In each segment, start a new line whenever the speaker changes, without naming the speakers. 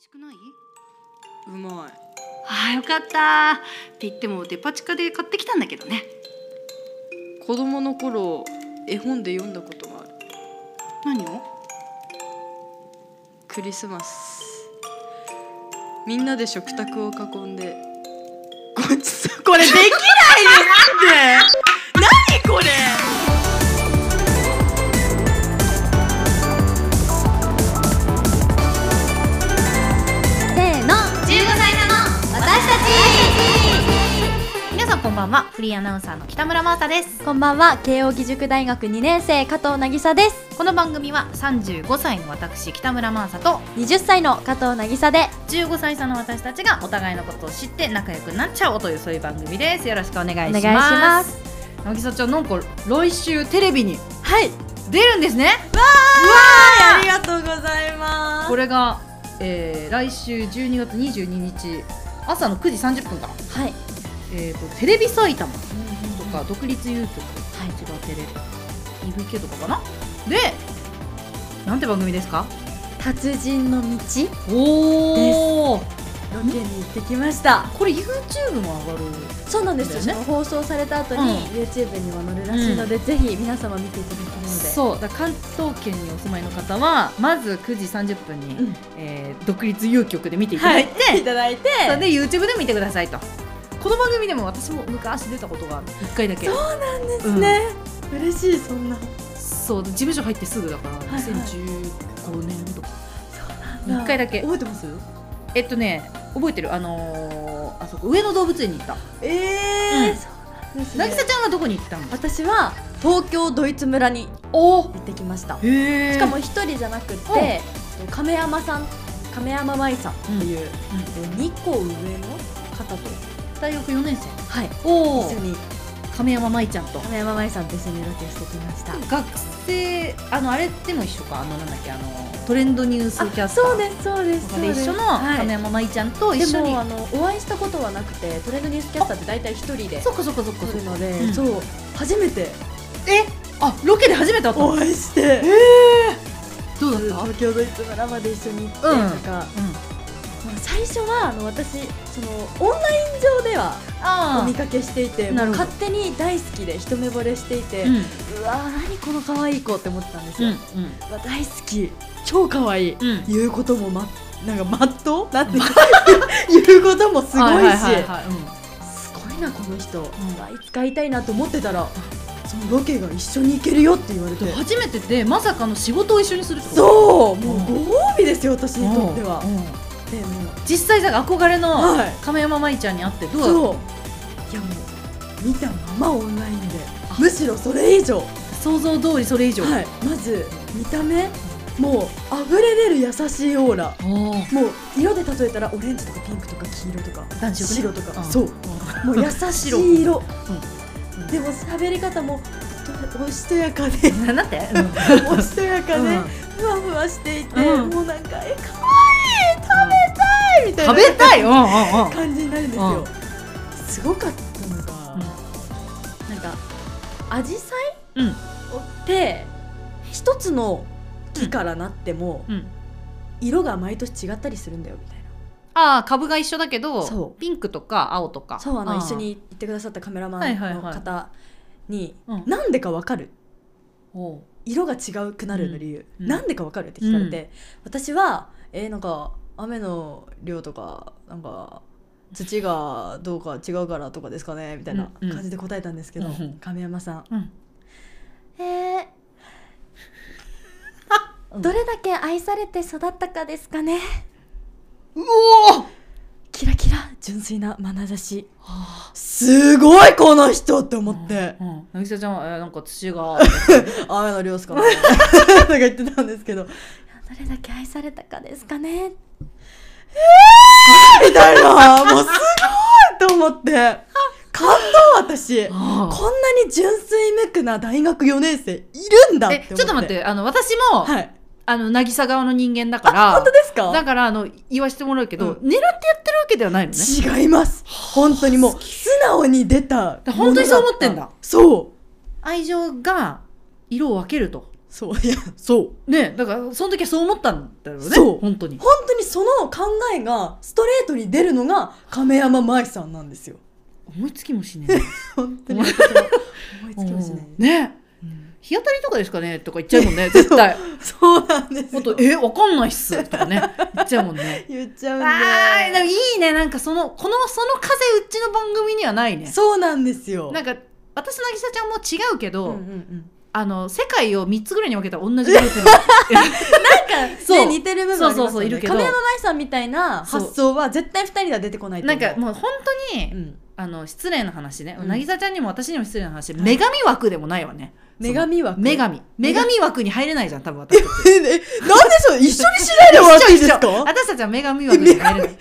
しくないう
まい
あーよかったって言ってもデパ地下で買ってきたんだけどね
子供の頃絵本で読んだことがある
何を
クリスマスみんなで食卓を囲んでごちそうこれできないですって何これ
15歳なの
せーの
皆さんこんばんはフリーアナウンサーの北村真麻です
こんばんは慶應義塾大学2年生加藤渚です
この番組は35歳の私北村真麻と
20歳の加藤渚で
15歳差の私たちがお互いのことを知って仲良くなっちゃおうというそういう番組ですよろしくお願いします
お願いします
渚ちゃんなんか来週テレビに
はい
出るんですね
ありがとうございま
これが、えー、来週12月22日朝の9時30分から、
すはい
えー、とテレビ埼玉とか独立ユー局千葉テレビ EVK とかかなでなんて番組ですか
達人の道ロ
おお
ケに行ってきました
これ YouTube も上がる
そうなんですよ、
だよね
その放送された後に、
うん
YouTube にも載るらしいので、ぜひ皆様見ていただきたいので
そうだから関東圏にお住まいの方はまず9時30分に、
うん
えー独立有局で見ていただいて、
いただいて
それで YouTube で見てくださいとこの番組でも私も昔出たことがある1回だけ
そうなんですね、嬉しいそんな
そう事務所入ってすぐだから、
はい
2015年とか
なん
1回だけ
覚えてます
えっとね覚えてるあのーあそこ上野動物園に行った
ええ
うん
そうなんですね
渚ちゃんはどこに行ったの
私は東京ドイツ村に
お
行ってきました
へえ
しかも一人じゃなく
うん
て、亀山さん亀山舞さんっていう、え二2個上の方と、
大学4年生
はい、
お
一緒に
亀山舞ちゃんと
亀山舞さんと一緒にロケしてきました、
学生あのあれでも一緒かあのなんだっけあのトレンドニュースキャスター
そうですそうです
とか
そう
で
です
一緒の
はい
亀山舞ちゃんと一緒
で
に、
もあのお会いしたことはなくてトレンドニュースキャスターって大体一人で
そっかそっかそっか
来
そっ
る
か
ので、
うん
そう初めて
えあロケで初めて会ったの
お会いして
どうだった
東京ドイツ村まで一緒に行ってと
うんう
か、
ん
まあ最初はあの私そのオンライン上ではお
あ
見かけしていて
な
もう
るほど
勝手に大好きで一目惚れしていて、
うんうん
うわー何この可愛い子って思ってたんです
う
よ、
ん
うわ大好き超可愛い、
うん
言うこともまなんかまっとうなんて 言うこともすごいし、
はいはいはいうん
すごいなこの人、
ん
うわいつか会いたいなと思ってたらそのロケが一緒に行けるよって言われて
初めてでまさかの仕事を一緒にするってこと
そうもう
うん
ご褒美ですよ私にとっては、
うんうん
でも
実際さ憧れの
はい
亀山舞ちゃんに会ってどうだった
そういやもう見たままオンラインでむしろそれ以上
想像通りそれ以上、
はい、まず見た目もう溢れ出る優しいオーラ
おー
もう色で例えたらオレンジとかピンクとか黄色とか
男色ね
白とか、
うん
そうもう優しい色、でも喋り方もとおしとやか で
ななんて、うん
おしとやかで、
うん
ふわふわしていて、
うん
もうなんかえ可愛い食べたいみたいな
食べたいうんうん うん
感じになるんですよ、
うん
すごかったのが、
うん
なんかアジサイ、
うん
って一つの木からなっても、
うん
色が毎年違ったりするんだよみたいな
ああ株が一緒だけど
そう
ピンクとか青とか
そうあの
ー
一緒に行ってくださったカメラマ
はい
ン
はい
の
はい
方に「
うん
なんでかわかる?」
おう
色が違うくなるの理由、
うん
なんでかわかるって聞かれて、私はえーなんか雨の量とかなんか土がどうか違うからとかですかねみたいな
うんうん
感じで答えたんですけど、
うんうん
亀山さん、
うん
え
うん
どれだけ愛されて育ったかですかね
うおー
キラキラ純粋な眼差しすごいこの人って思って
うん渚ちゃんはえーなんか 土が
雨の量っす かねとか言ってたんですけどどれだけ愛されたかですかねえー、みたいなもうすごいと思って感動私こん
あ
なに純粋無垢な大学4年生いるんだっ
ーえ
て思って
ちょっと待ってあの私も、
はい
あの渚側の人間だから
本当ですか
だからあの言わせてもらうけど、
うん
狙ってやってるわけではないのね
違います本当にもう素直に出たものだ
本当にそう思ってんだ
そう
愛情が色を分けると
そういやそう
ねだからその時はそう思ったんだろうね
そう
本当に
本当にその考えがストレートに出るのが亀山舞さんなんですよ
思いつきもしね
本当に
思
思
い
いつきもしない
えね日当たりとかですかねとか言っちゃうもんね絶 対
そうなんです
あ
よ
と「えわかんないっす」とかね言っちゃうもんね
言っちゃ うん
あー
だ
でも
よ
いいねなんかそのこのその風うちの番組にはないね
そうなんですよ
なんか私渚ちゃんも違うけど、
うんうんうん
あの世界を3つぐらいに分けたら同じグループなの
なんか
そう
ね似てる部分
そう
ありますよね
そうそういるけど
亀山舞さんみたいな
そう
発想は絶対二人では出てこないと
な
思
ん
う
かもう本当に、
うん
あの失礼な話ね、
うん
渚ちゃんにも私にも失礼な話、
はい
女神枠でもないわね
女神枠
女神女神枠に入れないじゃん多分私たち
ええなんでそう一緒にしないでもらっていいです
一緒一緒
か
私たちは女神枠に入れない
ね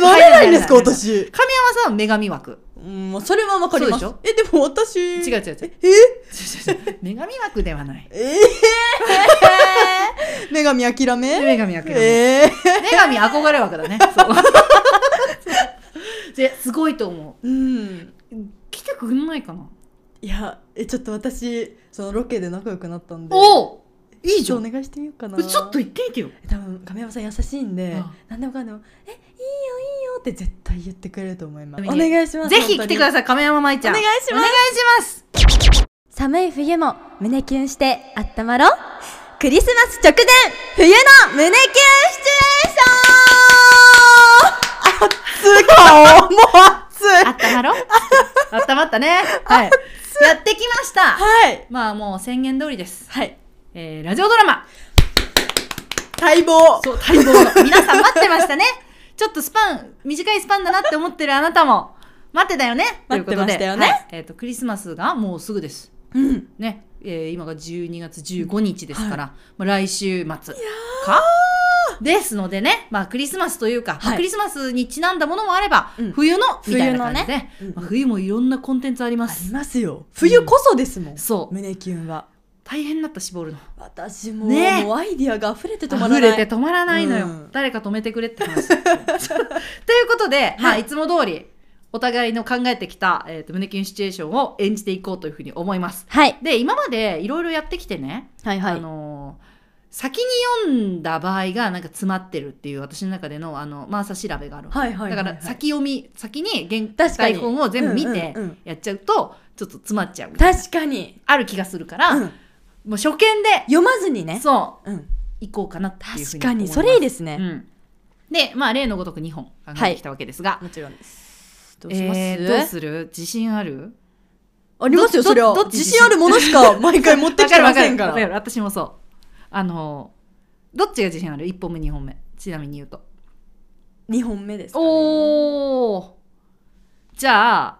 なれないんですか
入れない
私
神山さんは女神枠
うんまあそれはわかります
そう
えでも私違
違う違う違う
え
女神枠ではない
ええ女神諦め
女神枠ではない、
ええ
女神憧れ枠だねそうですごいと思
うん
う来てくんないかない
やえちょっと私そのロケで仲良くなったんで
おおいいじゃん
ちょっとお願いしてみようかな
ちょっと行ってみてよ
多分亀山さん優しいんで
ああ
何でもかんでも「えいいよいいよ」って絶対言ってくれると思います
ち
お
なみに
願いします
ぜひ来てくだ
さ
さい亀山舞ちゃん
お願いします
お願いします
寒い冬も胸キュンしてあったまろうクリスマス直前冬の胸キュンシチュエーション
い顔もう熱い
あったまろ あったまったね。はい。やってきました。
はい
まあもう宣言通りです。
はい
えー、ラジオドラマ。
待望
そう、待望 の。皆さん待ってましたね。ちょっとスパン、短いスパンだなって思ってるあなたも、待ってたよね。ということで
待ってましたよね
はいえっ、と、クリスマスがもうすぐです。
うん
ね。えー、今が12月15日ですから、まあ来週末かですのでね、まあクリスマスというか、まあ
はい
クリスマスにちなんだものもあれば、
うん
冬のみたいな感じで、
冬
うん
まあ冬もいろんなコンテンツありま
あ
す
り。ますよ冬こそですもん
そう。
胸キュンは
大変だった絞るの
私も
ねえ
もうアイディアが溢れて止まら
溢
ない
れて止まらないのよ、
うん
誰か止めてくれって話 ということで、いまあ、いつも通りお互いの考えてきた、えー、と胸キュンシチュエーションを演じていこうというふうに思います
はい
で今までいろいろやってきてね、
はいは
あのー先に読んだ場合がなんか詰まってるっていう私の中でのあのマーサ調べがあるわ
はいはい
だから先読み先に原
確かに
台本を全部見て
うんうんうん
やっちゃうとちょっと詰まっちゃうみたいな
確かに、
ある気がするから、
うん
もう初見で、
読まずにね
そう
う、ん、
行こうかなっていうふう
確
に
か
思い
に
ます
それいいですね、
うん、でまあ例のごとく2本考えてきたわけですが、
もちろんですど
えーどうする自信ある
ありますよ
ど
そりゃ
どどっち
自信あるものし か毎回持ってきてませんから
わかるわかる私もそうあのどっちが自信ある1本目2本目ちなみに言うと、
2本目ですかね
おおじゃあ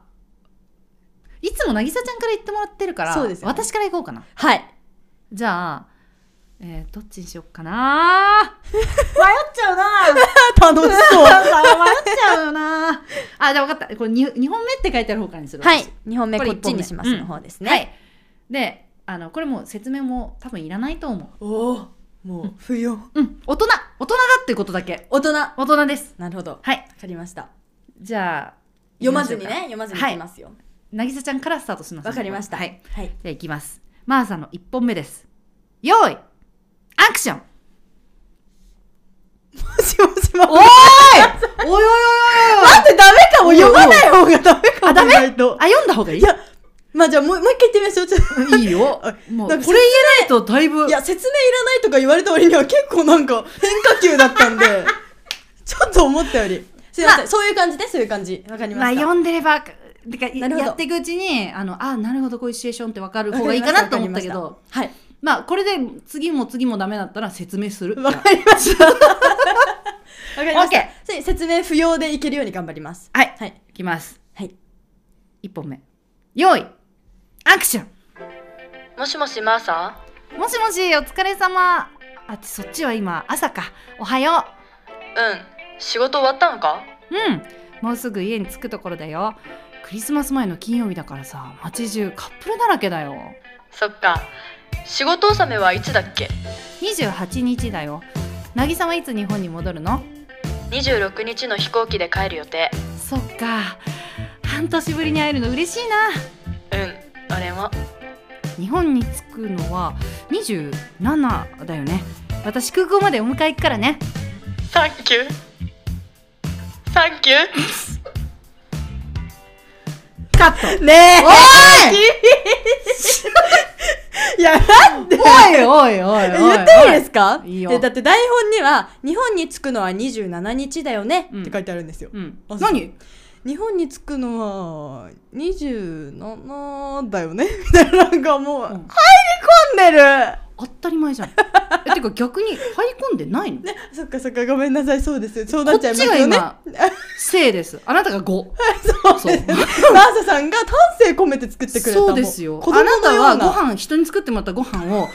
いつも渚ちゃんから言ってもらってるから
そうですよね
私から行こうかな
はい
じゃあ、えーどっちにしよっか な
楽し そう
迷っちゃうよなあじゃあ分かったこれ 2, 二本目って書いてある方からにする
はい2本目
こ
こ
れ
っちにします
一
の
本
方です
は
ね、
い。で、あのこれもう説明も多分いらないと思
おおもう不要
う。うん、大人、大人だっていうことだけ。
大人な
大人です。
るほどわ
はい。
かりました
じゃあ
読まずにね
行きしょうか
読まずにいきますよ
なぎさちゃんからスタートします。
わ、かりました
はい。
はい、
じゃあ行きます。マーサの一本目です。用意、アクション。
もしもし
お
も
ーい。おいおいおいおい
待ってダメかも読まない方がダメかも
あダメ
意外と
あ、読んだ方がいい
い。やまあじゃあもうもう一回言ってみましょうちょっと
いいよ。もうこ
な
れ
んか
言えないとだいぶ
いや説明いらないとか言われた割には結構なんか変化球だったんで ちょっと思ったよりすいません、そういう感じでそういう感じわかりま
まあ
した、
読んでればてか
なるほど
やっていくうちにあのあなるほどこういうシチュエーションってわかる方がいいかなと思ったけ
わ
ど
はい
まあこれで次も次もダメだったら説明する。
わかりました。わか りました。
OK
せ説明不要でいけるように頑張ります。
はい、
はい。
いきます。
はい。
一本目。用意。アクション。
もしもしマーサ
もしもし、お疲れ様。あ、そっちは今朝か。おはよ
うん仕事終わったのか
う。うん。もうすぐ家に着くところだよ。クリスマス前の金曜日だからさ、街中カップルだらけだよ。
そっか仕事納めはいつだっけ
28日だよ。渚はいつ日本に戻るの
26日の飛行機で帰る予定
そっか。半年ぶりに会えるの嬉しいな。
うん俺も
日本に着くのは27だよね私空港までお迎え行くからね
サンキュー。サンキュー。
カッ
ねえ いやなんで
トおいおいおいおい
言っていいですか
いいよ
でだって台本には「日本に着くのは27日だよね」
うん
って書いてあるんですよ、
うん
あそう
何
日本に着くのは27だよねみたいななんかもう、入り込んでる
当たり前じゃんえてか逆に入り込んでないの
そっかそっかごめんなさいそうですそうな
こ
っ
っ
ちゃいます
ちが
よね
今正ですあなたが5そう
バーサさんが丹精込めて作ってくれた
そうですよ
もう子
あ
供
な
の
た
よ
は
う
ご
な
飯人に作ってもらったご飯を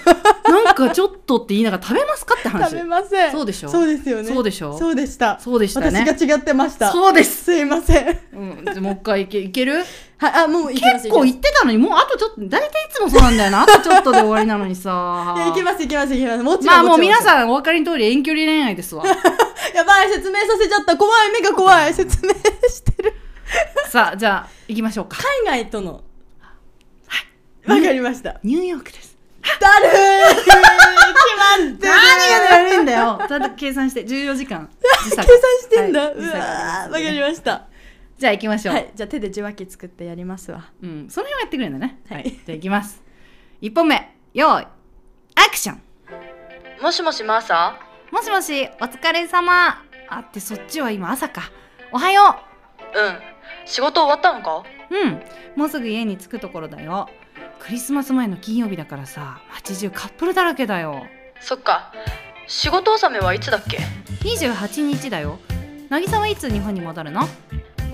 なんかちょっとって言いながら食べますかって話
食べません
そうでしょ
そうですよね
そうでしょ
そうでした
そうでしたね
私が違ってました
そうです、
すいませんはい
うん、じゃあもう一回いけいける
あもういけます
結構
い
言ってたのにもうあとちょっと大体いつもそうなんだよ なあとちょっとで終わりなのにさ
やいけますいけますいけますもちろ
まあ
ん
もう
ちろ
皆さんお分かりの通り遠距離恋愛です わ
やばい説明させちゃった怖い目が 怖い説明してる
さあじゃあ行きましょうか
海外とのはいわかりました
ニューヨークです
だるー決まってる
何が悪いんだよただ計算して14時 間計算
計算してんだ、うわーわかり
ま
ました
すじゃあ行きましょう、
はいじゃあ手で受話器作ってやりますわ
うん、その辺はやってくれるんだね
は
はいい、じゃあ行きます1本目用意アクション
もしもしマーサ
もしもしお疲れ様あってそっちは今朝かおはよ
うん。仕事終わったのか
ううんもうすぐ家に着くところだよクリスマス前の金曜日だからさ街中カップルだらけだよ
そっか。仕事納めはいつだっけ
28日だよ渚はいつ日本に戻るの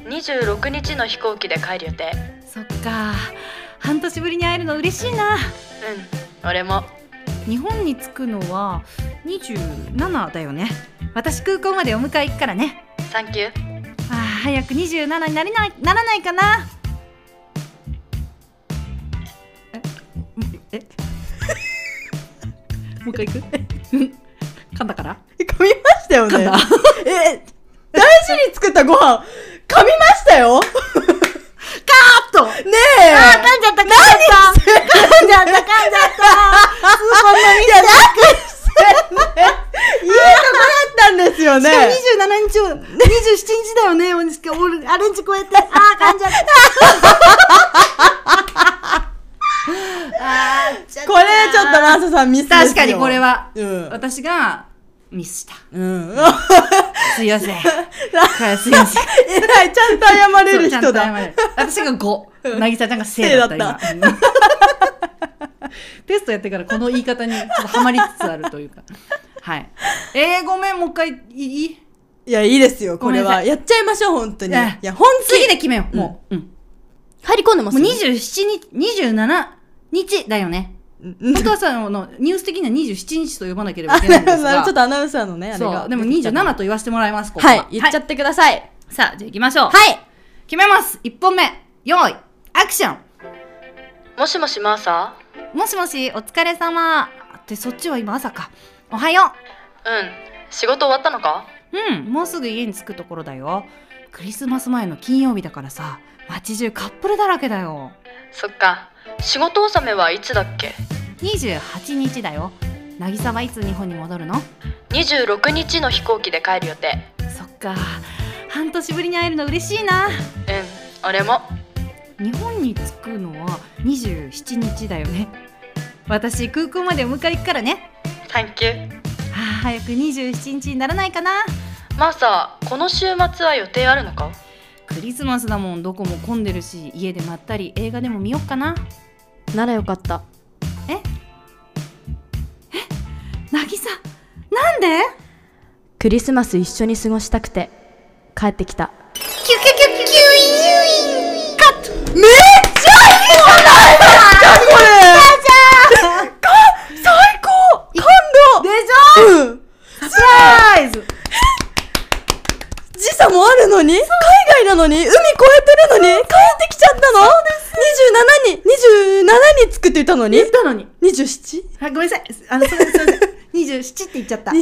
?26 日の飛行機で帰る予定。
そっか半年ぶりに会えるの嬉しいな
うん。俺も。
日本に着くのは27だよね私空港までお迎え行くからね
サンキュー。
あー早く27になれないならないかなええ もう一回いく噛んだから
え噛みましたよ
噛ん
ね
だ
え大事に作ったご飯噛みました よカーッとねえあ噛んじゃった噛んじゃった
噛んじゃった噛んじゃった
いや、なくしてんね。言えなくなったんですよね。
27日を27日だよねアレンジこうやってああ噛んじゃった
これちょっとラーサさんミスですよ
確かにこれ。は
うん。
私がミスした
うん。
すいません これはすいません
えらい、ちゃんと謝れる
そう
人
ちゃん
だ。
と謝る私が5、なぎさちゃんが正だった今。うん テストやってからこの言い方にちょっとハマりつつあるというか。はい。えー、ごめん、もう一回いい
いや、いいですよ、こ
ご
れ
めんな
は。
さ
やっちゃいましょう、本当に。い
ええ
や、本気。
次で決めよう、もう。うん。
入り込んでま
もう
ね
27日、27日だよね。
うん
本当はさ、あの、ニュース的には27日と呼ばなければ
あ
いけないんです
なるほどちょ
が。
っとアナウンサーのね、あれ
そ
が。
う、でも27と言わせてもらいます、ここ
はい、言っちゃってください。
はいさあ、じゃあ行きましょう。
はい。
決めます。1本目、用意、アクション
もしもしマーサ
もしもし、お疲れ様。って、そっちは今朝か。おはよ
うん。仕事終わったのか
う。うん、もうすぐ家に着くところだよ。クリスマス前の金曜日だからさ、街中カップルだらけだよ。
そっか。仕事納めはいつだっけ
28日だよ。渚はいつ日本に戻るの
?26 日の飛行機で帰る予定。
そっか。半年ぶりに会えるの嬉しいな。
うん。俺も。
日本に着くのは27日だよね。私、空港までお迎え行くからね。
サンキュー。
あー早く27日にならないかな。
マーサこの週末は予定あるのか
クリスマスだもん、どこも混んでるし、家でまったり映画でも見よっかな。
ならよかった。
なぎさなんで
クリスマス一緒に過ごしたくて、帰ってきた。
キュキュキュキュキュイーンカット
めっちゃいいじゃないですかこれじゃんかそんな最高感動でしょうん
サプライズ
時差もあるのに海外なのに海越えてるのに帰ってきちゃったのそうです27に27に着くって言ったのに
たのに
27?27
あごめんなさいあのすいませんすいません27って言っちゃった
に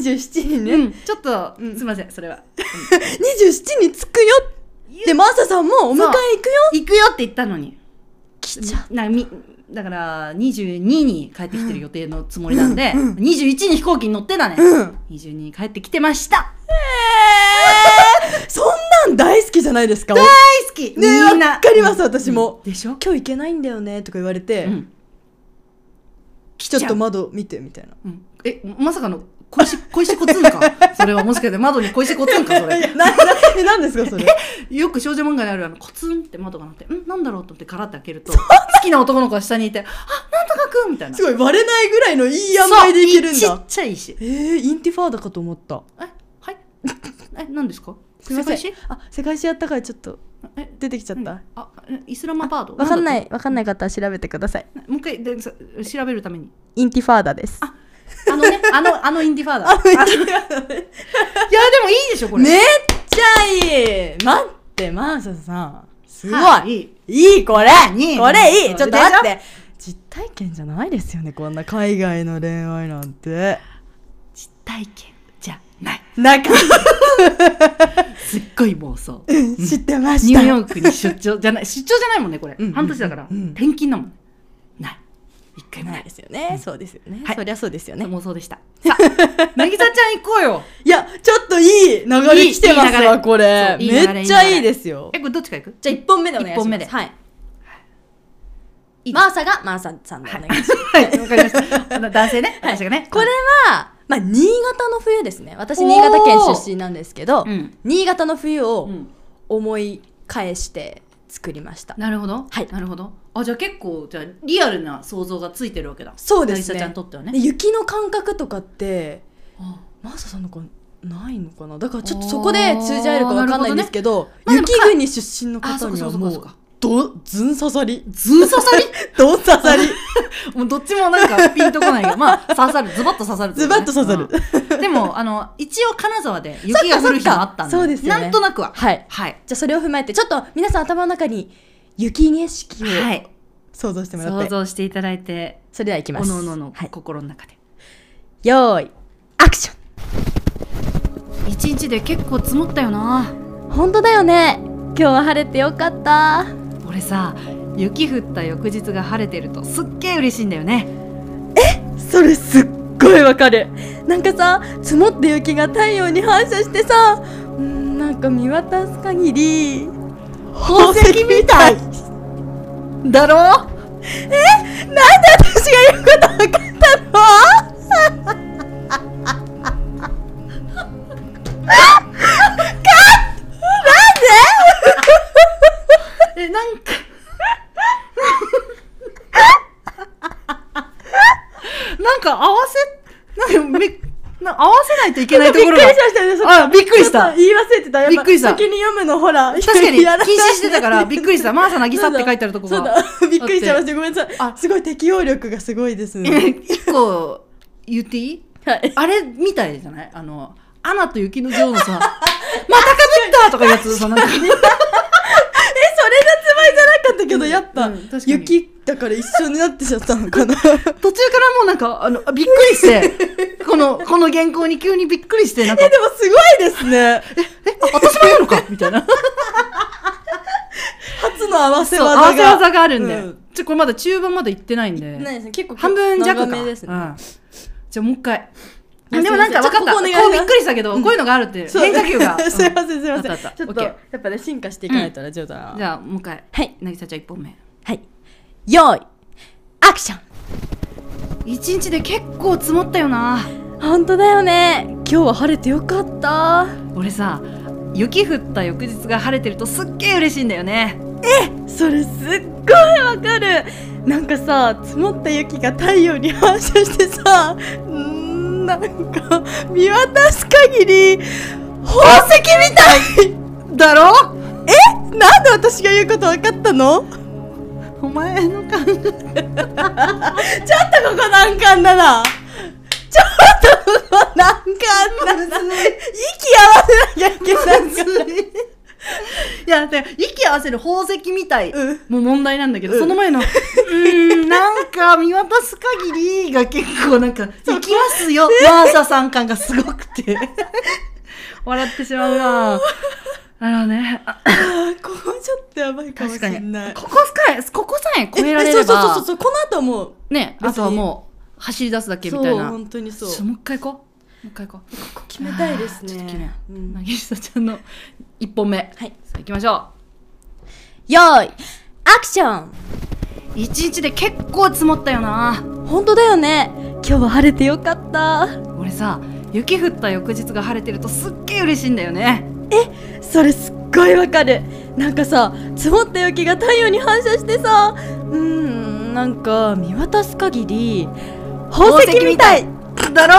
ね、
うんちょっと、すいませんそれは
27に着くよでマーサさんもお迎え行くよ
行くよって言ったのに
来
来ちゃ
なみだから22に帰ってきてる予定のつもりなんで、21に飛行機に乗ってだね、
うん
22に帰ってきてました
そんなん大好きじゃないですか
大好き
ねえ
みんな
わっかります私も
でしょ、
今日行けないんだよねとか言われて、
うん
ちょっと窓見てみたいな
うん、えまさかの小石小石コツンかそれはもしかして窓に小石コツンかそれ
ななえ何ですかそれ
よく少女漫画にあるあのコツンって窓がなってんなんだろうと思ってカラッて開けると好きな男の子が下にいて「あなんとかくん」みたいな
すごい割れないぐらいのいい塩梅でいけるん
そうち
だ
っちゃい石
えー、インティファーダかと思った
えはいえ何ですか
すいません
世界
あ世界史やったからちょっと
え
出てきちゃった、
あえイスラマバード
わかんないいわかんない方は調べてください
もう一回でさ調べるために
インティファーダです
あのね あのあのインディファーダあいやでもいいでしょこれ
めっちゃいい待ってマーシャさんすごい、
はい
い、
い
いこれ
いい
これいいち
そ
ょっ
う
と待っ
で
て実体験じゃないですよねこんな海外の恋愛なんて
実体験じゃない
なんか
すっごい妄想
知ってまし
ニュ
た
ーヨークに出張じゃない出張じゃないもんねこれ、
うん
半年だから、
うん
転勤だもんない一回もな
ない
い
ですよねそうですよね、
はい
そりゃそうですよね
妄想でした さあなぎさちゃん行こうよ
いやちょっといい流れ来てます
いいいい流
わ
れ
これ
そういい流れ
めっちゃいいですよ
えこれどっちから行く
じゃあ1本目でお願いします
一本目で
はい
い
マーサがマーサさんでお願いします、
はいわかりましたあの男性ね私がね
これは、まあ、新潟の冬ですね私新潟県出身なんですけど、
うん、
新潟の冬を
うん、
思い返して作りました、
なるほど
はい
なるほどあじゃあ結構じゃあリアルな想像がついてるわけだ
そうで
なぎ
す
さ
ね
ちゃんにとっては
で
ね
雪の感覚とかって
あ
マーサさんの子ないのかなだからちょっとそこで通じ合えるかわかんないんですけど
なるほどねまあでも
雪国出身の
あそ
方
うか
に
そ
は
うかそ
も
う
う
か
どずん刺さり
ずー刺さり
どん刺さり
もうどっちもなんかピンとこないけど、まあ刺さる、ズバッと刺さるってことね、
ズバッと刺
うんでも、あの、一応金沢で雪が降る日もあったん
そっかそっかそうですよね
なんとなく は。
はい
はい。
じゃあそれを踏まえてちょっと皆さん頭の中に雪景色を
はい。
想像してもらって、
想像していただいて、
それではいきま
お
す
のおのの
はい、
心の中で。
よーいアクション
一日で結構積もったよな
本当だよね今日は晴れてよかった
俺さ雪降った翌日が晴れてるとすっげえ嬉しいんだよね
それすっごいわかるなんかさ積もった雪が太陽に反射してさうんなんか見渡す限り宝石みたい
だろ
なんで私が言うことわかったの
え、なん かなんか合わせ、なんかめ、なんか合わせないといけないところ
び
が
っくりし。ましたよねそっか
あ、びっくりし
ちょ
た
っと。言い忘れてたやっぱ
びっくりした
先に読むのほら
確かに禁
やら
止
ない
してたからびっくりした。マーサなぎさって書いてあるとこ
そう
が。
だびっくりしちゃいましたごめんなさ
あ
いすごい適応力がすごいですね
一個言っていい
はい
あれみたいじゃないあの、アナと雪の女王のさ、また かぶったとかいうやつさ、なんか。
えそれがつまりじゃなかったけど、やっぱ、
うん確かに
雪だから一緒になってちゃったの かな
途中からもうなんか、あの、あびっくりして、この、この原稿に急にびっくりして、なんか、
え
え、
でもすごいですね
私もやるの かみたいな。
初の合わせ
そう、
技
合
が
わせ技があるんで。
うん
ちょ、これまだ中盤まで行ってないんで。
ないですね結構
半分弱か。
長めですね、
うんじゃあもう一回。
いや
でもなんか
すいません
分かった。
ちょっとここ
こ
お
うび
願いします
っくりしたけど、こういうのがあるって、
そう
変化球が。うん
すいませんすいませ
あ
ん
ったあった
ちょっと
OK
やっぱね進化していかないとね、ちょっとな
じゃあもう一回。
はい。
なぎさちゃん一本目。
はいよーいアクション
一日で結構積もったよな
本当だよね今日は晴れてよかった
俺さ雪降った翌日が晴れてるとすっげえ嬉しいんだよね
それすっごいわかるなんかさ積もった雪が太陽に反射してさうーんなんか見渡す限り宝石みたいだろえなんで私が言うこと分かったのお前の感覚ちょっとここ難関だなちょっとここ難関だな息合わせなきゃいけないから
いや、で息合わせる宝石みたい。
うん
もう問題なんだけど、その 前の、うーん、なんか見渡す限りが結構なんか、行きますよ、マーサさん感がすごくて。笑ってしまうなあのね、あ
ここちょっととやばいかもしれない
ここさえここさえ超えられれば
えそうそうそうそうこの後はもう
ね
別に
あとはもう走り出すだけみ
そ
たいうな
本当にそう
ちょもう一回行こうもう一回行こう
決めたいですね
ちょっと決めよ
う
うん渚ちゃんの一本目はい行きましょ
よーいアクション
う一日で結構積もったよな
本当だよね今日は晴れてよかった
俺さ雪降った翌日が晴れてるとすっげえ嬉しいんだよね
それすっごいわかるなんかさ積もった雪が太陽に反射してさうーんなんか見渡す限り宝石みたい
だろ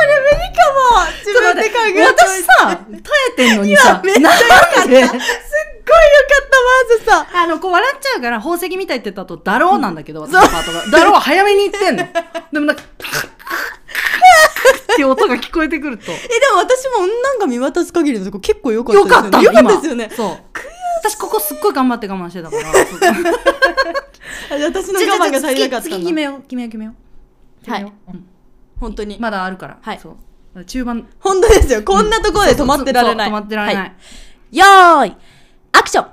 ちょっと待って考えて
私さ耐えてんのにさ
めっちゃよかった
なんです
ごいよかったまずさ
あのこう笑っちゃうから宝石みたいって言った後「だろう」なんだけど、私のパートが「だろう」早めに言ってんのでもなんか「クックックックッって音が聞こえてくると
えでも私もなんか見渡す限りのとこ結構良かった
よかった
よねよかったですよね
今そう私ここすっごい頑張って我慢してたから
あ私の我慢が足りなかった
次
ん
決
だ
めよう決めよう決めよう
はい
決めよううん
本当に
まだあるから
はい
そう中盤
本当ですよこんなところで止まってられない
そう止まってられ
は
ない
よーいアクショ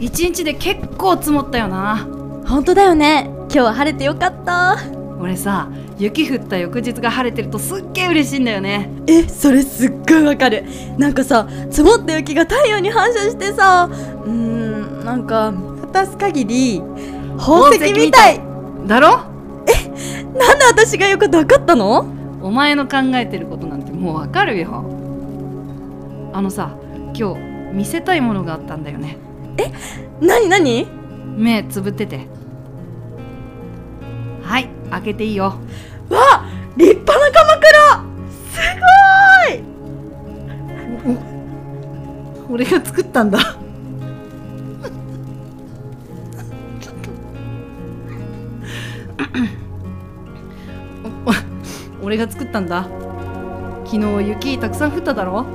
一日で結構積もったよな
ン本当だよね今日は晴れてよかった
俺さ雪降った翌日が晴れてるとすっげえ嬉しいんだよね
えそれすっごいわかるなんかさ積もった雪が太陽に反射してさうーんなんか見渡す限り宝石みたい
だろ
なんで私がよかったわかったの
お前の考えてることなんてもうわかるよあのさ今日見せたいものがあったんだよね
なになに
目つぶっててはい開けていいよ
わ立派な鎌倉
俺が作ったんだお 俺が作ったんだ昨日雪たくさん降っただろ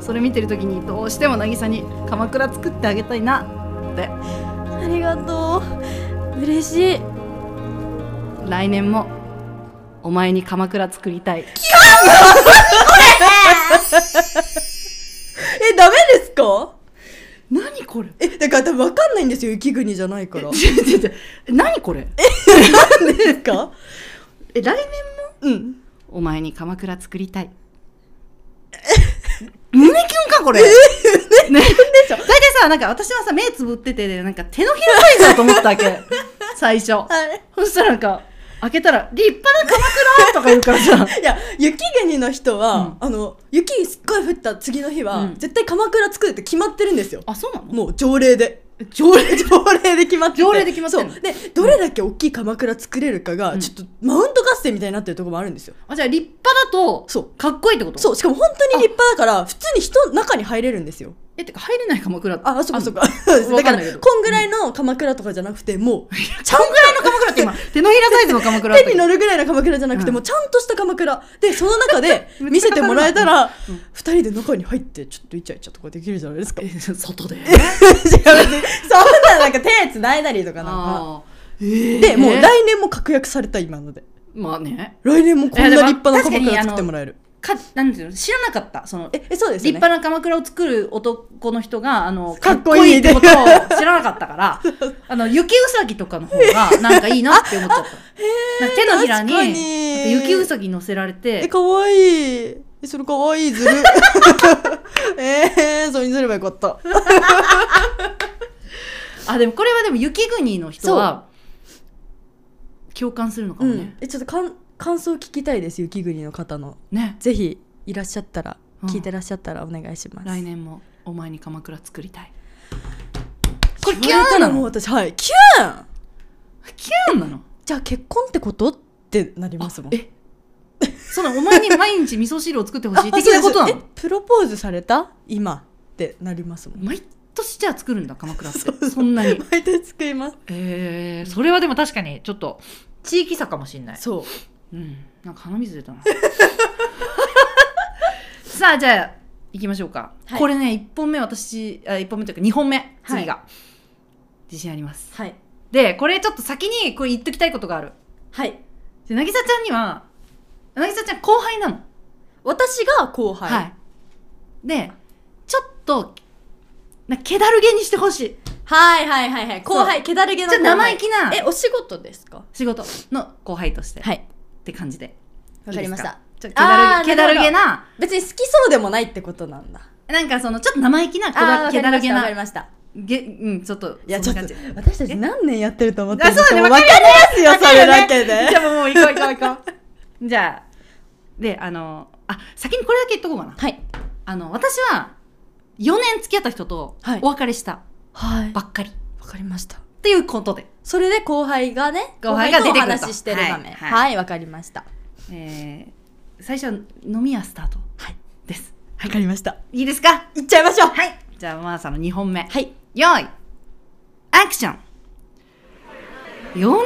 それ見てる時にどうしても渚に鎌倉作ってあげたいな
ありがとう嬉しい
来年もお前に鎌倉作りたい
えダメですか
何これ
えだから多分わかんないんですよ雪国じゃな いか
ち
ら
ょちょちょ何これ
なんですか
え来年
うん
お前に鎌倉作りた い胸キュンかこれ、ね、大体さなんか私はさ目つぶっててなんか手のひらサイズだと思ったわ け最初そしたらなんか開けたら立派な鎌倉とか言うから さ
いや雪国の人は、あの雪すっごい降った次の日は、
うん
絶対鎌倉作るって決まってるんですよ
あそうなの
もう条例で条例 条例で決まってて
条例で決まってんの
そうでどれだけ大きい鎌倉作れるかが、
うん
ちょっとマウント合戦みたいになってるところもあるんですよ
あじゃあ立派だと
そう
かっこいいってこと
そうしかも本当に立派だから普通に人中に入れるんですよ
えってか入れない鎌倉
ああそっかそっ
う
か だ
わか
か
んな
ら
いけど
こんぐらいの鎌倉とかじゃなくて もう
ちゃんぐらいの鎌倉って今手のひらサイズの鎌倉だったけ
手に
ど
乗るぐらいの鎌倉じゃなくて、
うん
もうちゃんとした鎌倉でその中 で
めっちゃ
見せてもらえたら
うん
二人で中に入ってちょっとイチャイチャとかできるじゃ ないですか違う
え外で
別にそんななんか手つないだりとかなんか
あーえー
でもう来年も確約された今ので
まあね
来年もこんな
えで
立
も
派な
確
鎌
かに
倉
あの
作ってもらえる
かなんていうの知らなかったその
ええそうです
立
よね
派な鎌倉を作る男の人があのか
かっ
っ
こ
こ
い
い
い
い
っ
っててことを知らなかったから あの雪うさぎとかの方がなんかいいなって思っちゃったなんか手のひらに
確か
なん
に
か雪うさぎ乗せられ
え
て
かわいいえそれかわいいずる えー、それにすればよかった
あでもこれはでも雪国の人は共感するのか
う
も
ん
ね、、
えちょっとかん感想聞きたいです雪国の方の
ね
ぜひいらっしゃったら、
うん
聞いてらっしゃったらお願いします
来年もお前に鎌倉作りたいこれキ
キュ
ュー
ー
ンな
ンなの
の
私はいキューン
キューンなの
じゃあ結婚ってことってなりますもん
えそのお前に毎日味噌汁を作ってほしい的なことな
あ
の
そうですえプロポーズされた今ってなりますもん
毎年じゃあ作るんだ鎌倉って そんなに
毎年作ります
えー、それはでも確かにちょっと地域差かもしれない
そう
うんなんか鼻水出たな さあじゃあ行きましょうか、
はい
これね1本目私あ1本目というか2本目次が、自信あります
はい
でこれちょっと先にこれ言っときたいことがある
はい
で渚ちゃんには渚ちゃん後輩なの
私が後輩、
はいでちょっとな気だるげにしてほしい
はいはいはいはい後輩けだるげの
ちょっと
後輩
生意気な
えお仕事ですか
仕事の後輩として、
はい
って感じで
わかりました
ちょっと気だ
あ
る
ー
気だるげな
別に好きそうでもないってことなんだ
なんかそのちょっと生意気な気
あ
だ
あ
気だるげ
わかり
な
ました
げうんちょっと
いや
そ
ちょ
ん
っ
な感
と
じ
私たち何年やってると思って
あそうだね
わかりますよそれだけで
じゃあもうもう行こう行こう行こうじゃあであのあ先にこれだけ言っとこうかな
はい
あの私は4年付き合った人と
はい
お別れした
はい
ばっかり、
わかりました
っていうことで、
それで後輩がね
後輩が出てくると
後輩のお話ししてる場面
はい
はいわかりました
えー、最初は飲み屋スタート
はい
です、
わかりました
い、いですか
行っちゃいましょうはい
じゃあマーサの2本目
はい
よいアクション4年だよ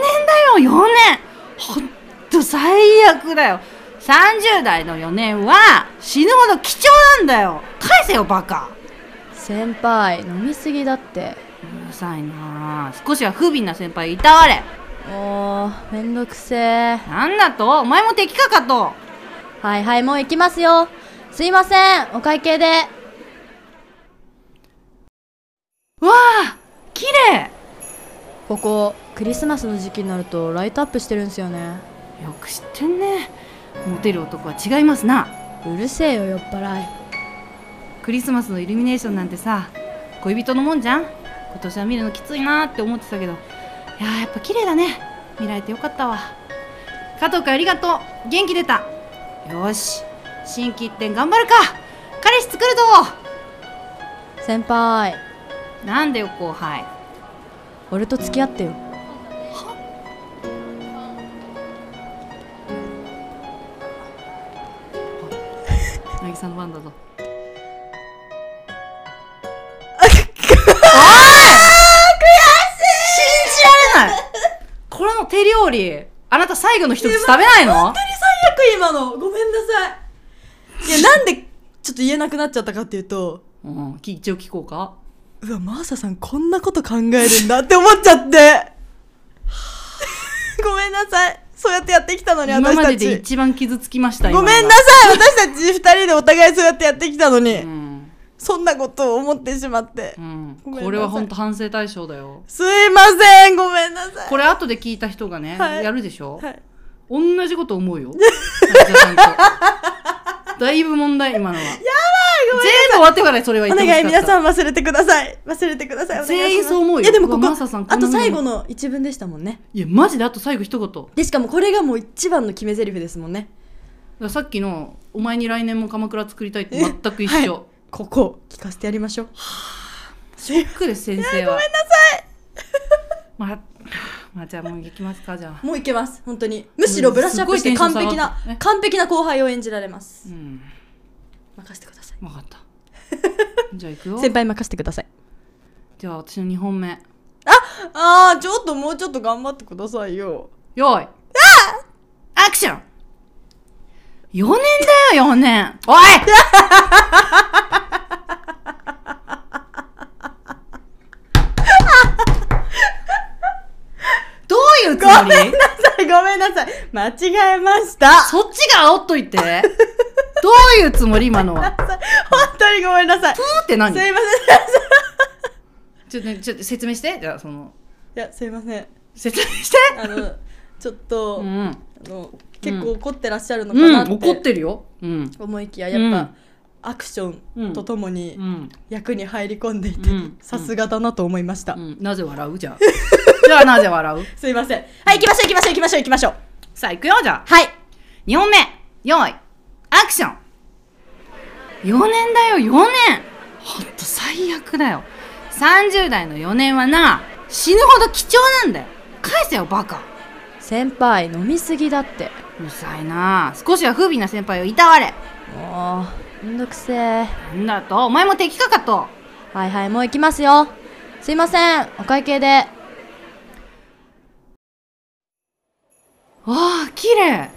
4年ほんと最悪だよ30代の4年は死ぬほど貴重なんだよ返せよバカ
先輩飲みすぎだって
うるさいなあ少しは不憫な先輩いたわれ
もうめんどくせえ
なんだとお前も敵かかと
はいはいもう行きますよすいませんお会計で
わあ綺麗
ここクリスマスの時期になるとライトアップしてるんすよね
よく知ってんねモテる男は違いますな
うるせえよ酔っ払い
クリスマスのイルミネーションなんてさ恋人のもんじゃん今年は見るのきついなって思ってたけどいやーやっぱ綺麗だね見られてよかったわ加藤君ありがとう元気出たよーし心機一転頑張るか彼氏作るぞ
先輩
なんでよ後輩
俺と付き合ってよ
渚の番だぞあ悔しい信じられないこれの手料理あなた最後の一口食べないの
最悪今のごめんなさいいやなんでちょっと言えなくなっちゃったかっていうと
うんき一応聞こうか
うわマーサさんこんなこと考えるんだって思っちゃって ごめんなさいそうやってやってきたのに
今
私
ま
た
でで
ち
一番傷つきました
ごめんな
さ
さい私たち二人でお互いそうやってやってきたのに、
うん、
そんなことを思ってしまって
う、ん
ごめんなさい
これは本当反省対象だよ
すいませんごめんなさい
これ後で聞いた人がね、
はい
やるでしょ、
はい
同じこと思う よ渚さんとだいぶ問題今のはやばいごめん全部終わってからそれは
お
言ってほし
願い
かった
皆さん忘れてください忘れてくださいお願いします
全員そう思うよ
いやでも
う
こ
わ
こ
マサさんこ
あ
んなも
と
の
最後の一文でしたもんね
いやマジであと最後一言だか
でしかもこれがもう一番の決め台詞ですもんね
らさっきの「お前に来年も鎌倉作りたい」って全く一緒、
ここ聞かせてやりましょう
ショックです先生はごめんなさい ま あまあじゃあもう行きますかじゃあ
もういけます本当にむしろブラッシュアップして
すごい
完
テンション
璧
下
な
がったね
完璧な後輩を演じられます
うん
任せてください
分かった じゃあ行くよ
先輩任せてください
じゃあ私の2本目
ああちょっともうちょっと頑張ってくださいよ
よいアクション !4 年だよ4年 おいどういうつも
ご
り
ごめんなさい間違えま した
そっちが煽っといてどういうつもり今のはプー
本当にごめんなさいす
って何
いま
ちょっとちょっと説明してじゃあその
せんいやすいません
説明して
あ のちょっと、
うん、
あの結構怒ってらっしゃるの
う、
かなんっ
怒っててるようん
思いきややっぱ、
うん
アクションとともに
うん
役に入り込んでいて
うん
さすがだなと思いました、
うん、なぜ笑うじゃあ じゃあなぜ笑う
すいませんはい行きましょう行きましょう行きましょう行きましょう
さあ行くよじゃあ
はい
2本目用意アクション4年だよ4年ほんと最悪だよ30代の4年はな死ぬほど貴重なんだよ返せよバカ
先輩飲みすぎだって
うるさいな少しは不憫な先輩をいたわれ
もうめんどくせえ
なんだとお前も敵かかと
はいはいもう行きますよすいませんお会計で
ああ綺麗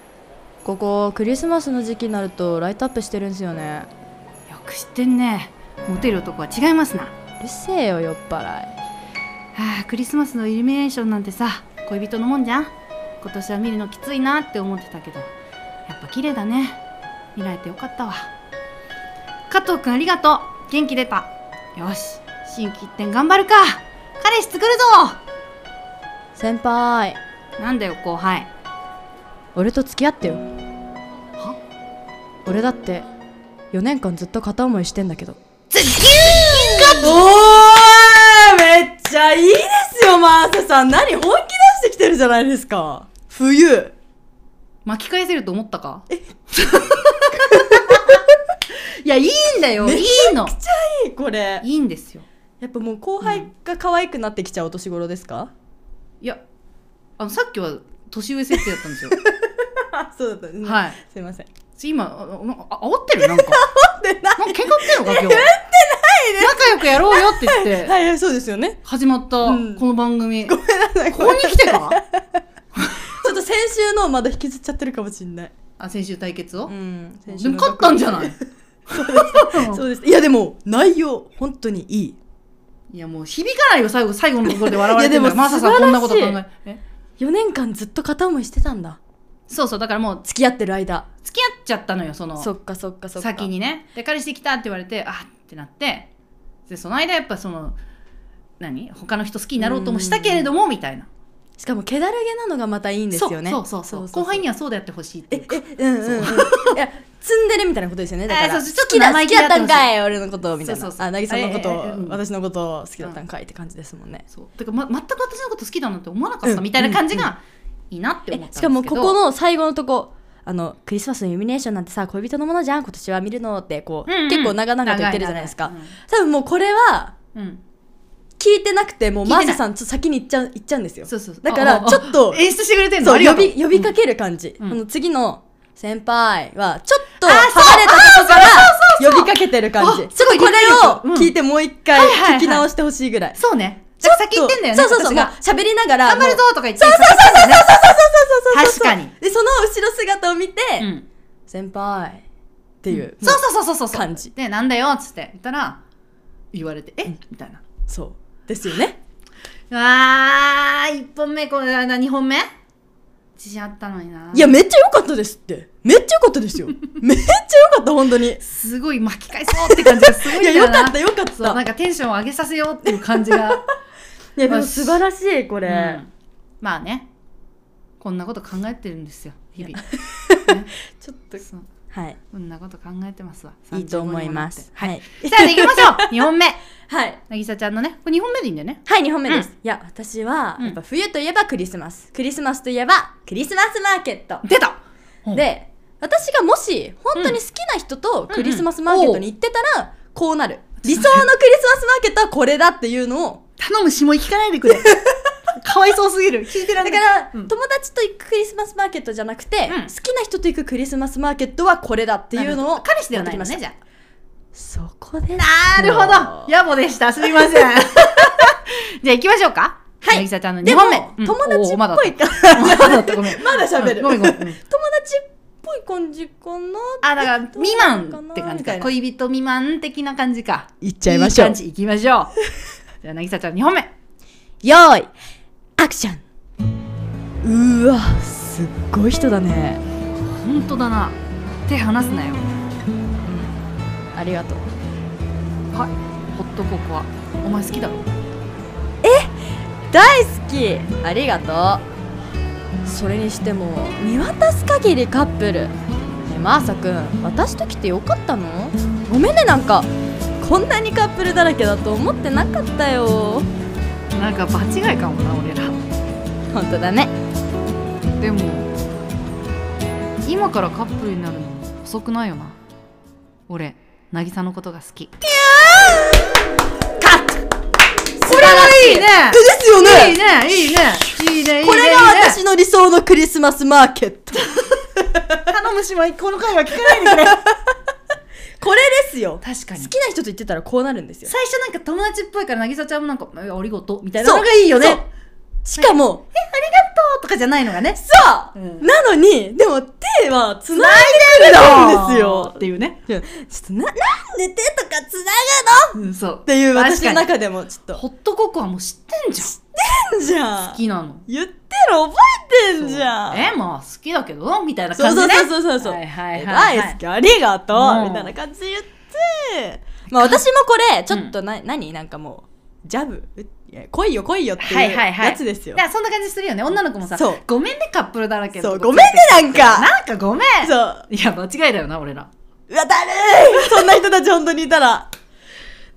ここクリスマスの時期になるとライトアップしてるんすよね
よく知ってんねモテる男は違いますな
うるせえよ酔っ払い
はあクリスマスのイルミネーションなんてさ恋人のもんじゃん今年は見るのきついなって思ってたけどやっぱ綺麗だね見られてよかったわ加藤くんありがとう元気出たよし新規一点頑張るか彼氏作る
先輩
ぞなんだよ後輩
俺と付き合ってよ俺だって4年間ずっと片思いしてんだけど
おーめっちゃいいですよマーサさん何本気出してきてるじゃないですか冬
巻き返せると思ったか いやいいんだよいいの
これ
いいんですよ
やっぱもう後輩が可愛くなってきちゃうお年頃で すか、
いやあのさっきは年上設定だったんですよ
あそうだったんですね
はい
すいません
今あなんかあ煽ってる なんかなんか喧嘩売ってんのか今日仲良くやろうよって言 って
はいはいそうです よね
始まったこ
うん
の番組、こ
なさい
こに来てか
ちょっと先週のまだ引きずっちゃってるかもしんない
あ先週対決を、
うん先週
でも
の
勝ったんじゃない
そうですいやでも内容本当にいい
いやもう響かないよ最後最後のところで笑われてる
いや
か
で
らマ
も
サさんこんなこと考
素晴
ええ
4年間ずっと片思いしてたんだ
そうそうだからもう
付き合ってる間
付き合っちゃったのよその
そっかそっかそっか
先にねで彼氏できたって言われてあってなってでその間やっぱその何他の人好きになろうともしたけれどもみたいな
しかも気だるげなのがまたいいんですよね
そうそうそうそう後輩にはそうでやってほしいっていうか
えうんうんうんいや積んでるみたいなことですよねだから
あそうそうちょっと
好きだ
生
好
意
き
気だ
だっ
ったた
ん
ん
か
か
い俺のことみたいな
そうそうそう
あ渚のこと、
ええええうん
私のこと好きだったんかいって感じですもんね、
そうだから、ま、全く私のこと好きだなんて思わなかっ
う
た
ん
みたいな感じがいいなって思ったん
え
ですけ
しか
ど、
もここの最後のとこあのクリスマスのイルミネーションなんてさ恋人のものじゃん今年は見るのってこう、
うんうん
結構長々と言ってるじゃないですか、
長い長い
多分もうこれは
うんうん
聞いてなくてもう
聞いて
マ
ない
ーサさんちょっと先に行っちゃう行っちゃうんですよ
そうそうそう
だか
あ
ら
ああ
ちょっと
演出してくれてんの
そ
あ
う
りが
呼
とう
び呼びかける感じ、
うん
あの次の先輩はちょっと離れたとこから呼びかけてる感じ
あすごい
これを
理解力うん
聞いてもう一回
はいはいはい
聞き直してほしいぐらい
そうねだから先言ってんだよね
そうそうそう
私
もう
が
喋りながら
頑張る
も
ぞとか言ってそうそうそう
うそうそうそうそ
確
う
かに
でその後ろ姿を見て、
うん
先輩っていう、
そうそうそうそうそう
感じ
でなんだよっつって言ったら言われてえみたいな
そうですよね
あー1本目これな2本目自信あったのにない
やめっちゃ良かったですってめっちゃ良かったで すよめっちゃ良かった本当にい
すごい巻き返そうって感じがすごいんだ
や
よ
良
な
かった良かっ
そうなん
た
かテンションを上げさせようっていう感じ が、
いやでも素晴らしいこ
う
れ、
ん、まあねこんなこと考えてるんですよ日々
ちょっと
そう
はい
こんなこと考えてますわ
いいと思います
35
はい
にもなってさあ行きましょう2本目
はい
渚ちゃんのねこれ2本目でいいんだよね
はい、2本目です。
う
いや、私は、
うん
やっぱ冬といえばクリスマス。クリスマスといえば、クリスマスマーケット。
出たうん
で、私がもし、本当に好きな人とクリスマスマーケットに行ってたら、こうなる。理想のクリスマスマーケットはこれだっていうのを、
頼むしもう聞かないでく れかわいそうすぎる聞いてら
だ
れ
か
ない
ら、
うん
友達と行くクリスマスマーケットじゃなくて、
うん
好きな人と行くクリスマスマーケットはこれだっていうのを、
彼氏ではないの
持っ
ね
てき
じ
ま
ゃ
したそこで。
あなるほど野暮でしたすみ ませんじゃあ行きましょうか
はい
渚ちゃんの
で
2
も
本目、うん、
友達
おーまだ
っ
だ
ぽいか
まだだったごめん
まだ喋る。
ごめんごめんうん
友達っぽい感じかな
あだから未満って感じ
みた
か
いな
恋人未満的な感じか
行っ
い
ちゃいましょう
い感じ行きましょうじゃあ渚ちゃん2本目
よーいアクションうーわすっごい人だね
本当だな手離すなよ
ありがとう
ホットココアお前好きだろ
大好きありがとうそれにしても見渡す限りカップルねえマーサくん私と来てよかったのごめんねなんかこんなにカップルだらけだと思ってなかったよ
なんか場違いかもな俺ら
本当だね
でも今からカップルになるの遅くないよな俺渚のことが好きカットこれはいいね
ですよ
いいねいいねいいねいいね
これが
いいね
私の理想のクリスマスマーケット
頼むしまいこの回は聞かないでくれ
これですよ
確かに
好きな人と言ってたらこうなるんですよ
最初なんか友達っぽいから渚ちゃんもなんか「いやありがとう」みたいなのがいいよね
そうしかも、
とかじゃないのがね
そう、
うん
なのに、でも手は繋いでくれるんですよ
っ。ていうね、
ちょっとな、なんで手とか繋ぐの
うん、そう
っていう私
確
の中でもちょっと。
ホットココアも知ってんじゃん
じゃ
好
ん
きなの
言ってる覚えてんじゃん。
えまあ好きだけどみたいな
そ
感
うそ
じ
う
ね
そうそうそうそう。
はいはいはい、はい、
大好き、ありがとう、
うん
みたいな感じで言ってまあ私もこれちょっとな、何なんかもうジャブういや来いよ来いよって
はいいうはいはい
やつですよ、
だからそんな感じするよね女の子もさ
そう
ごめんねカップルだらけの
そうごめんねなんか
なんかごめん
そう
いや間違いだよな俺ら
うわだるいそんな人たち本当にいたら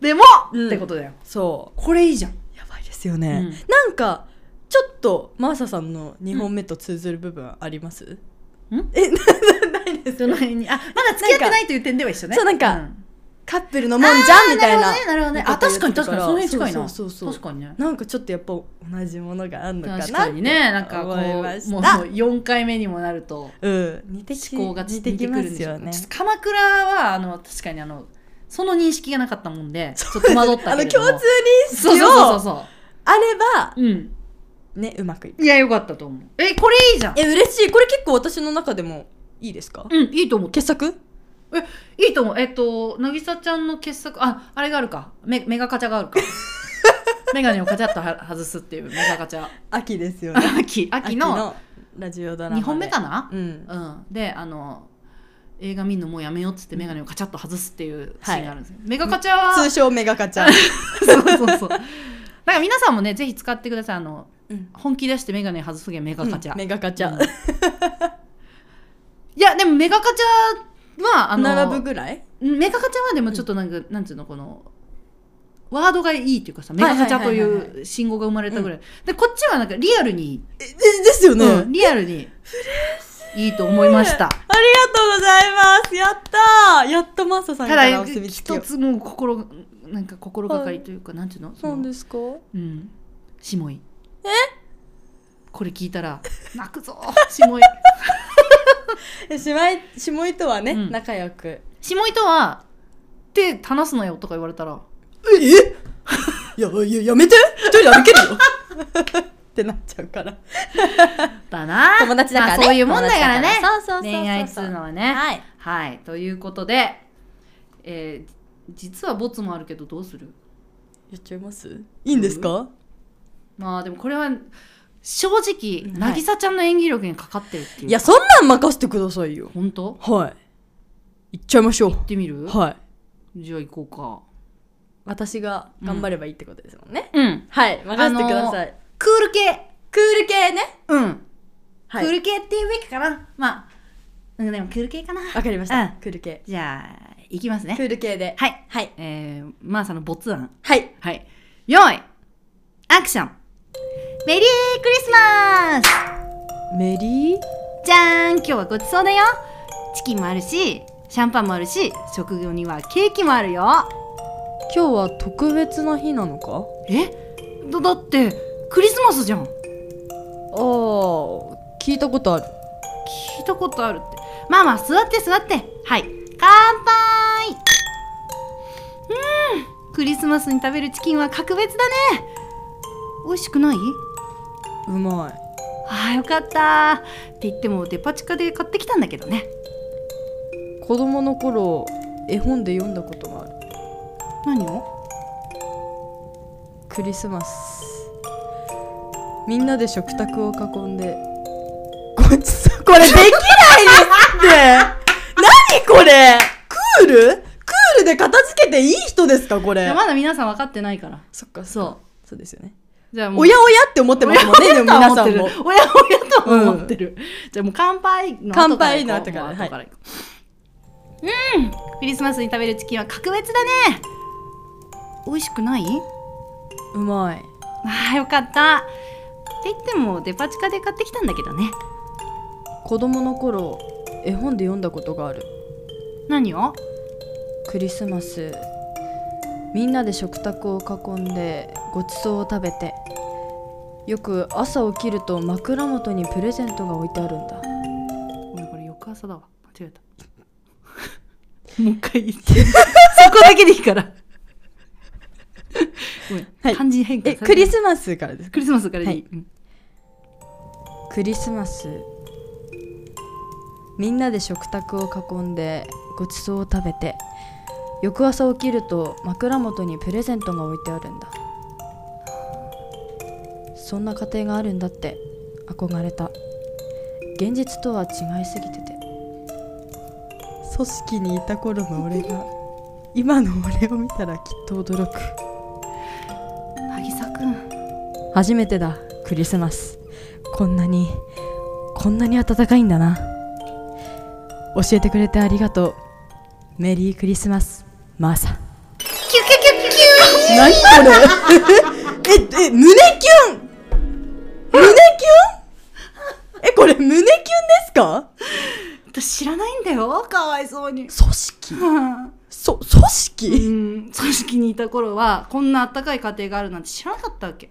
でも、
うん
ってことだよ
そ
これいいじゃん
うやばいですよね、
うん
なんかちょっとマーサさんの2本目と通ずる部分あります、え ななないです
その辺にあまだ付き合ってないという点では一緒ね
そうなんか
う
カップルのもんじゃんみたいな
あーなるほどねなるほどねあ確かに確かにその辺近いな
そうそうそうそう
確かにね
なんかちょっとやっぱ同じものがあんのかな
確かにねなんかこう
思いました
もう4回目にもなると
うん似てき
思考が
似
似
て
て
き
き
ま
ますす
よ
よ
ね
ね。ちょっと鎌倉はあの確かにあのその認識がなかったもん でちょっと戸惑った
あ
け
の
れども
共通認
そうそう
識
そう
を
そ
あれば
ううん
ねうまくいく
いやよかったと思うえこれいいじゃん
え嬉しいこれ結構私の中でもいいですか
うんいいと思う
傑作
いいと思うえっと渚ちゃんの傑作ああれがあるかメメガカチャがあ るかメガネをカチャッとは外すっていうメガカチャ
秋ですよね
秋秋の
ラジオドラマ
2本目かな
うん
うん、であの映画見るのもうやめようっつって眼鏡をカチャッと外すっていうシーンがあるんですよ、メガカチャは
通称メガカちゃ ん
そうそうそうだから皆さんもねぜひ使ってくださいあの、
うん
本気出して眼鏡外すげメガカチャ、
メガカチャ
うんいやでもメガカチャはあの
並ぶぐらい
メガカチャはでもちょっとなんか、なんていうのこのワードがいいっていうかさメガカチャと
はいはいはいはい
いう信号が生まれたぐらい,、でこっちはなんかリアルに、
えですよね
うんリアルにいいと思いました
ありがとうございますやったーやっとマサさん
た
から
だ
お墨付きを
一つもう心なんか心がかりというか、なんていうのそ
そう
の
ですか
うんしもいこれ聞いたら泣くぞ しもい
え下井下井とはね、
うん
仲良く
しもいとは手離すなよとか言われたら
え やややめて一人で歩けるよ ってなっちゃうから
だな
友達だからね、
まあそういうもんだからね
そうそうそうそう
恋愛っつうのはね
はい
はいということでえー実はボツもあるけどどうする
やっちゃいますいいんですか、
まあでもこれは正直
はい
渚ちゃんの演技力にかかってるっていう
いやそんなん任せてくださいよ
本当
はい行っちゃいましょ
行ってみる
うはい
じゃあ行こ
私が頑張ればいいってことですもんね
う、かうん
はい任せてください、
クール系
クール系ね
うん
はい
クール系っていうべきかなまあうんでもクール系かな
わかりました、
うん
クール系
じゃあいきます
ク
ね
ール系で
はい
はい
えー、マーサの没案
はい
はい用意アクションメリークリスマス
メリー
じゃーん今日はごちそうだよチキンもあるしシャンパンもあるし食後にはケーキもあるよ
今日は特別な日なのか
えだだってクリスマスじゃん
ああ聞いたことある
聞いたことあるってまあまあ座って座ってはい乾杯うんクリスマスに食べるチキンは格別だね美味しくないう
まい
あーよかったって言ってもデパ地下で買ってきたんだけどね
子供の頃絵本で読んだことがある
何を
クリスマスみんなで食卓を囲んでごちそうこれできない ですって何これクールクールで片付けていい人ですかこ
い
れ
やまだ皆さん分かってないから
そっかそう
そ
そうですよね
うじゃあもう
おやおやって思ってますもんねでも皆さんも
おやおやとは思ってる、じゃあもう乾杯の後から行こう
乾杯の後から
もう
はい
行こううんクリスマスに食べるチキンは格別だね美味しくないう
まい
ああよかったって言ってもデパ地下で買ってきたんだけどね
子供の頃絵本で読んだことがある
何を
クリスマスみんなで食卓を囲んでごちそうを食べてよく朝起きると枕元にプレゼントが置いてあるんだ
ごめんこれ翌朝だわ間違えた もう一回言ってそこだけでいいから ごめん、
はい
漢字変化
えクリ
ス
スマスからです
クリスマスからでいい、
はいクリスマスみんなで食卓を囲んでごちそうを食べて翌朝起きると枕元にプレゼントが置いてあるんだそんな家庭があるんだって憧れた現実とは違いすぎてて組織にいた頃の俺が今の俺を見たらきっと驚く
渚くん
初めてだクリスマスこんなにこんなに暖かいんだな教えてくれてありがとうメリークリスマスマーサ 何これええ胸キュン胸キュンえこれ胸キュンですか
私知らないんだよかわいそうに
組 織
うん
そ組織
う
組
ん組織にいた頃はこんなあったかい家庭があるなんて知らなかったわけ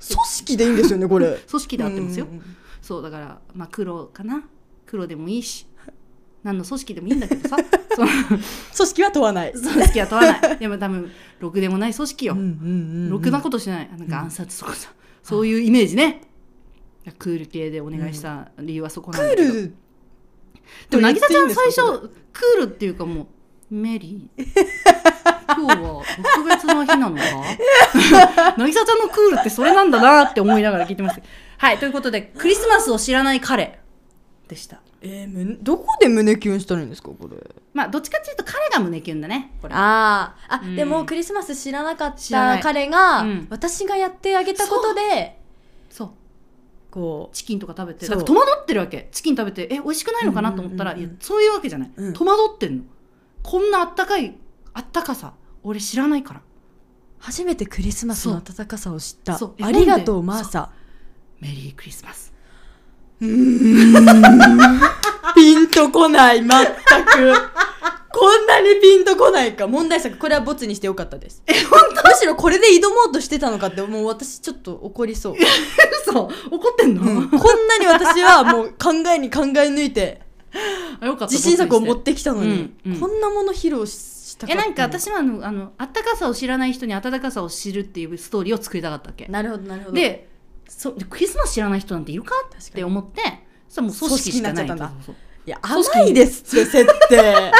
織でいいんですよねこれ
組織であってますよ
うん
そうだからまあ黒かな黒でもいいし何の組織でもいいんだけどさその
組織は問わない
組織は問わ ないでも多分ろくでもない組織よ、
うんうんうん
ろくなことしてないなんか暗殺とかさ、そういうイメージねクール系でお願いした理由はそこなんだけ
ク
ど、
ール
でも渚ちゃん最
と言っ
初クールっていうかもうメリー今日は特別な日な のか渚ちゃんのクールってそれなんだなって思いながら聞いてましたはいということでクリスマスを知らない彼でした
えー、むどこで胸キュンしたらいいんですかこれ
まあどっちかっていうと彼が胸キュンだねこれ
あーあ、
うん
でもクリスマス知らなかっ
知らな
た
い
彼が、
うん
私がやってあげたことで
そう
こ
チキンとか食べて
そ
だ
う
から戸惑ってるわけチキン食べてえ美味しくないのかなと思ったら、
うんうんうんうん
いやそういうわけじゃない、
うん
戸惑ってんのこんなあったかいあったかさ俺知らないから
初めてクリスマスの暖かさを知った
そう
ありがと
そう
うマーサ
メリークリスマ ス
ピンとこない全くこんなにピンとこないか問題作これはボツにしてよかったですえ本当むしろこれで挑もうとしてたのかってもう私ちょっと 怒りそう、
嘘怒ってんの、
うんこんなに私はもう考えに考え抜いて
あよかった
自信作を持ってきたのに、
うんうん
こんなもの披露したか
え
った
なんか私はあのあのあったかさを知らない人に温かさを知るっていうストーリーを作りたかったわけ
なるほどなるほど
でそうでクリスマス知らない人なんているかっ
確か
て
に
思ってそれもう組織しかない
組織になっちゃったんだ
そうそうそう
いや甘いですって設定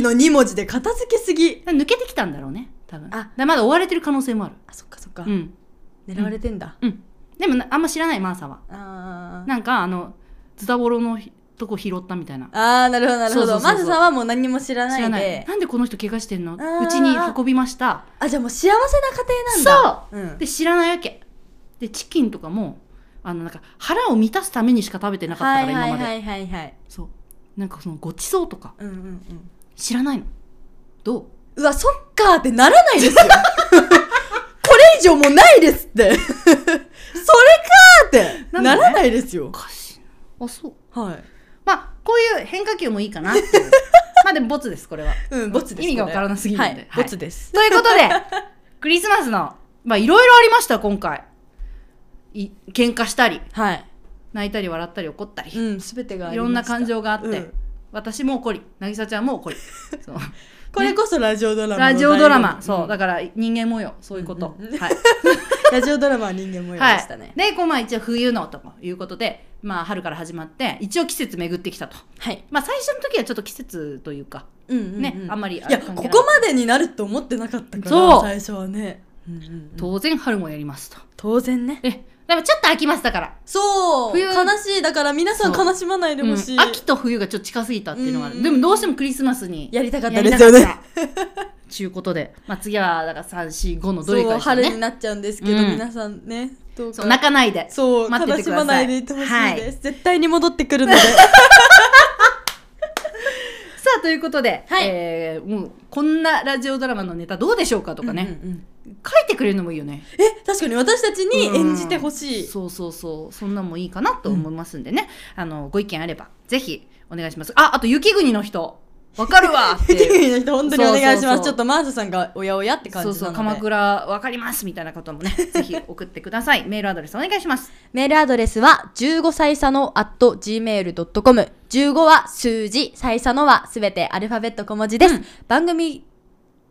組織の2文字で片付けすぎ
だから抜けてきたんだろうね多分
あ
だからまだ追われてる可能性もある
あそっかそっか、
うん
狙われてんだ、
でもなあんま知らないマーサは
あー
なんかあのズタボロのひとこ拾ったみたいな
ああなるほどなるほ
そうそ
ど
うそうそう
マズさんはもう何も知らな
知ら
い
な
で
いなんでこの人怪我してんの
ー
うちに運びました
あじゃあもう幸せな家庭なんだ
そ
うん
うで知らないわけでチキンとかもあのなんか腹を満たすためにしか食べてなかっ
は
た
い
から今
はい
まで、
はいはいはい
そうなんかそのごちそうとか
うんうんうん
知らないのどう
うわそっかーってならな いですよこれ以上もうないですってそれかーって
なだ
なん
ね
らないですよ
おかしいなあそう
はい
まあこういう変化球もいいかなっ ていうまあでもボツですこれは
うんボツです
意味がわからなすぎるん
は
で
い
はい
ボツです
ということ で、クリスマスの、まあ、いろいろありました、今回。い喧嘩したり、
はい
泣いたり、笑ったり、怒ったり、
うん全てがあ
い
りま
ろ
した
んな感情があって、
うん
私も怒り、渚ちゃんも怒 り。そう
これこそラジオドラマの醍醐味
ラジオドラマ、そう、
ん
だから人間模様、そういうこと。
うんうん
はい。
ラジオドラマは人間模様
は
でしたね
い、で、こうまあ一応冬のということで、まあ春から始まって、一応季節巡ってきたと。
はい
まあ最初の時はちょっと季節というか、
うんうんうん
ね、あんまりあ
いや
れ
こ
関係な
こまでになると思ってなかったから
そう
最初はね、うんうんうん
当然春もやりますと。
当然ね
え、でもちょっと飽きましたから。
そう
冬
悲しいだから皆さん
そう
悲しまないでほしい、
うん秋と冬がちょっと近すぎたっていうのがあ
う
る
ん
でもどうしてもクリスマスに
やりたかった
や
で
り
す
た
よね
かったちゅうことで、まあ、次はだから345のどれ
そ
かです
う
よ
春に
ね
なっちゃうんですけど、
うん
皆さんねどう
そ
か
う泣かないで
そう
待っててく
悲し
だ
ま
さ
ないいでいてほしいです、絶対に戻ってくるので
さあということで、えーもうこんなラジオドラマのネタどうでしょうかとかね、
うんうんうん
書いてくれるのもいいよね
え確かに私たちに演じてほしい、
そうそうそうそんなんもいいかなと思いますんでね、あのご意見あればぜひお願いしますああと雪国の人わかるわって
雪
いう
国の人本当にお願いしま
そう
す
そうそう
ちょっとマーサさんがおやおやって感じ
そ
な
う
ので
そう鎌倉わかりますみたいなこと もねぜひ送ってくださいメールアドレスお願いします
メールアドレスは15歳差の at gmail.com 15は数字歳差のはすべてアルファベット小文字です、
番組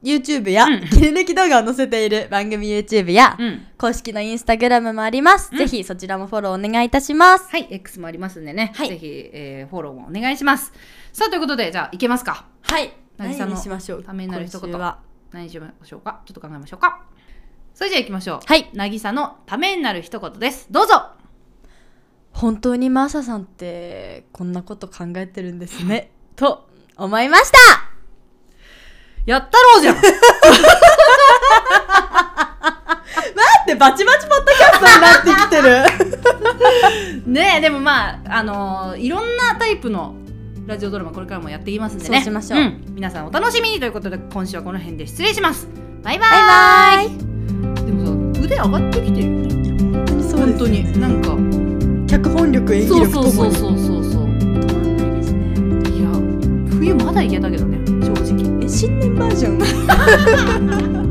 YouTube や、切り抜き動画を載せている番組 YouTube や、
うん
公式のインスタグラムもあります、ぜひそちらもフォローお願いいたします
はい X もありますんでね、
はい
ぜひ、えーフォローもお願いしますさあということでじゃあいけますか
はい
何
何にしましょう
ためになる一言
今週は
何にしましょうかちょっと考えましょうかそれじゃあいきましょう
はい
渚のためになる一言ですどうぞ
本当にマーサさん ってこんなこと考えてるんですねと
思いました
やったろうじゃん
ってバチバチポッドキャストになってきて る
ねえでもまああのーいろんなタイプのラジオドラマこれからもやっていきますんでね
そうしましょうん
皆さんお楽しみにということで今週はこの辺で失礼しますバイバイ
バイバイ
でもさ腕上がってきてるよね
そう
本
で
当になんか
す 脚本力演技
そう
力と
そ
も
う
に
そうそうそうそういや冬まだいけたけどね正直
え新年バージョン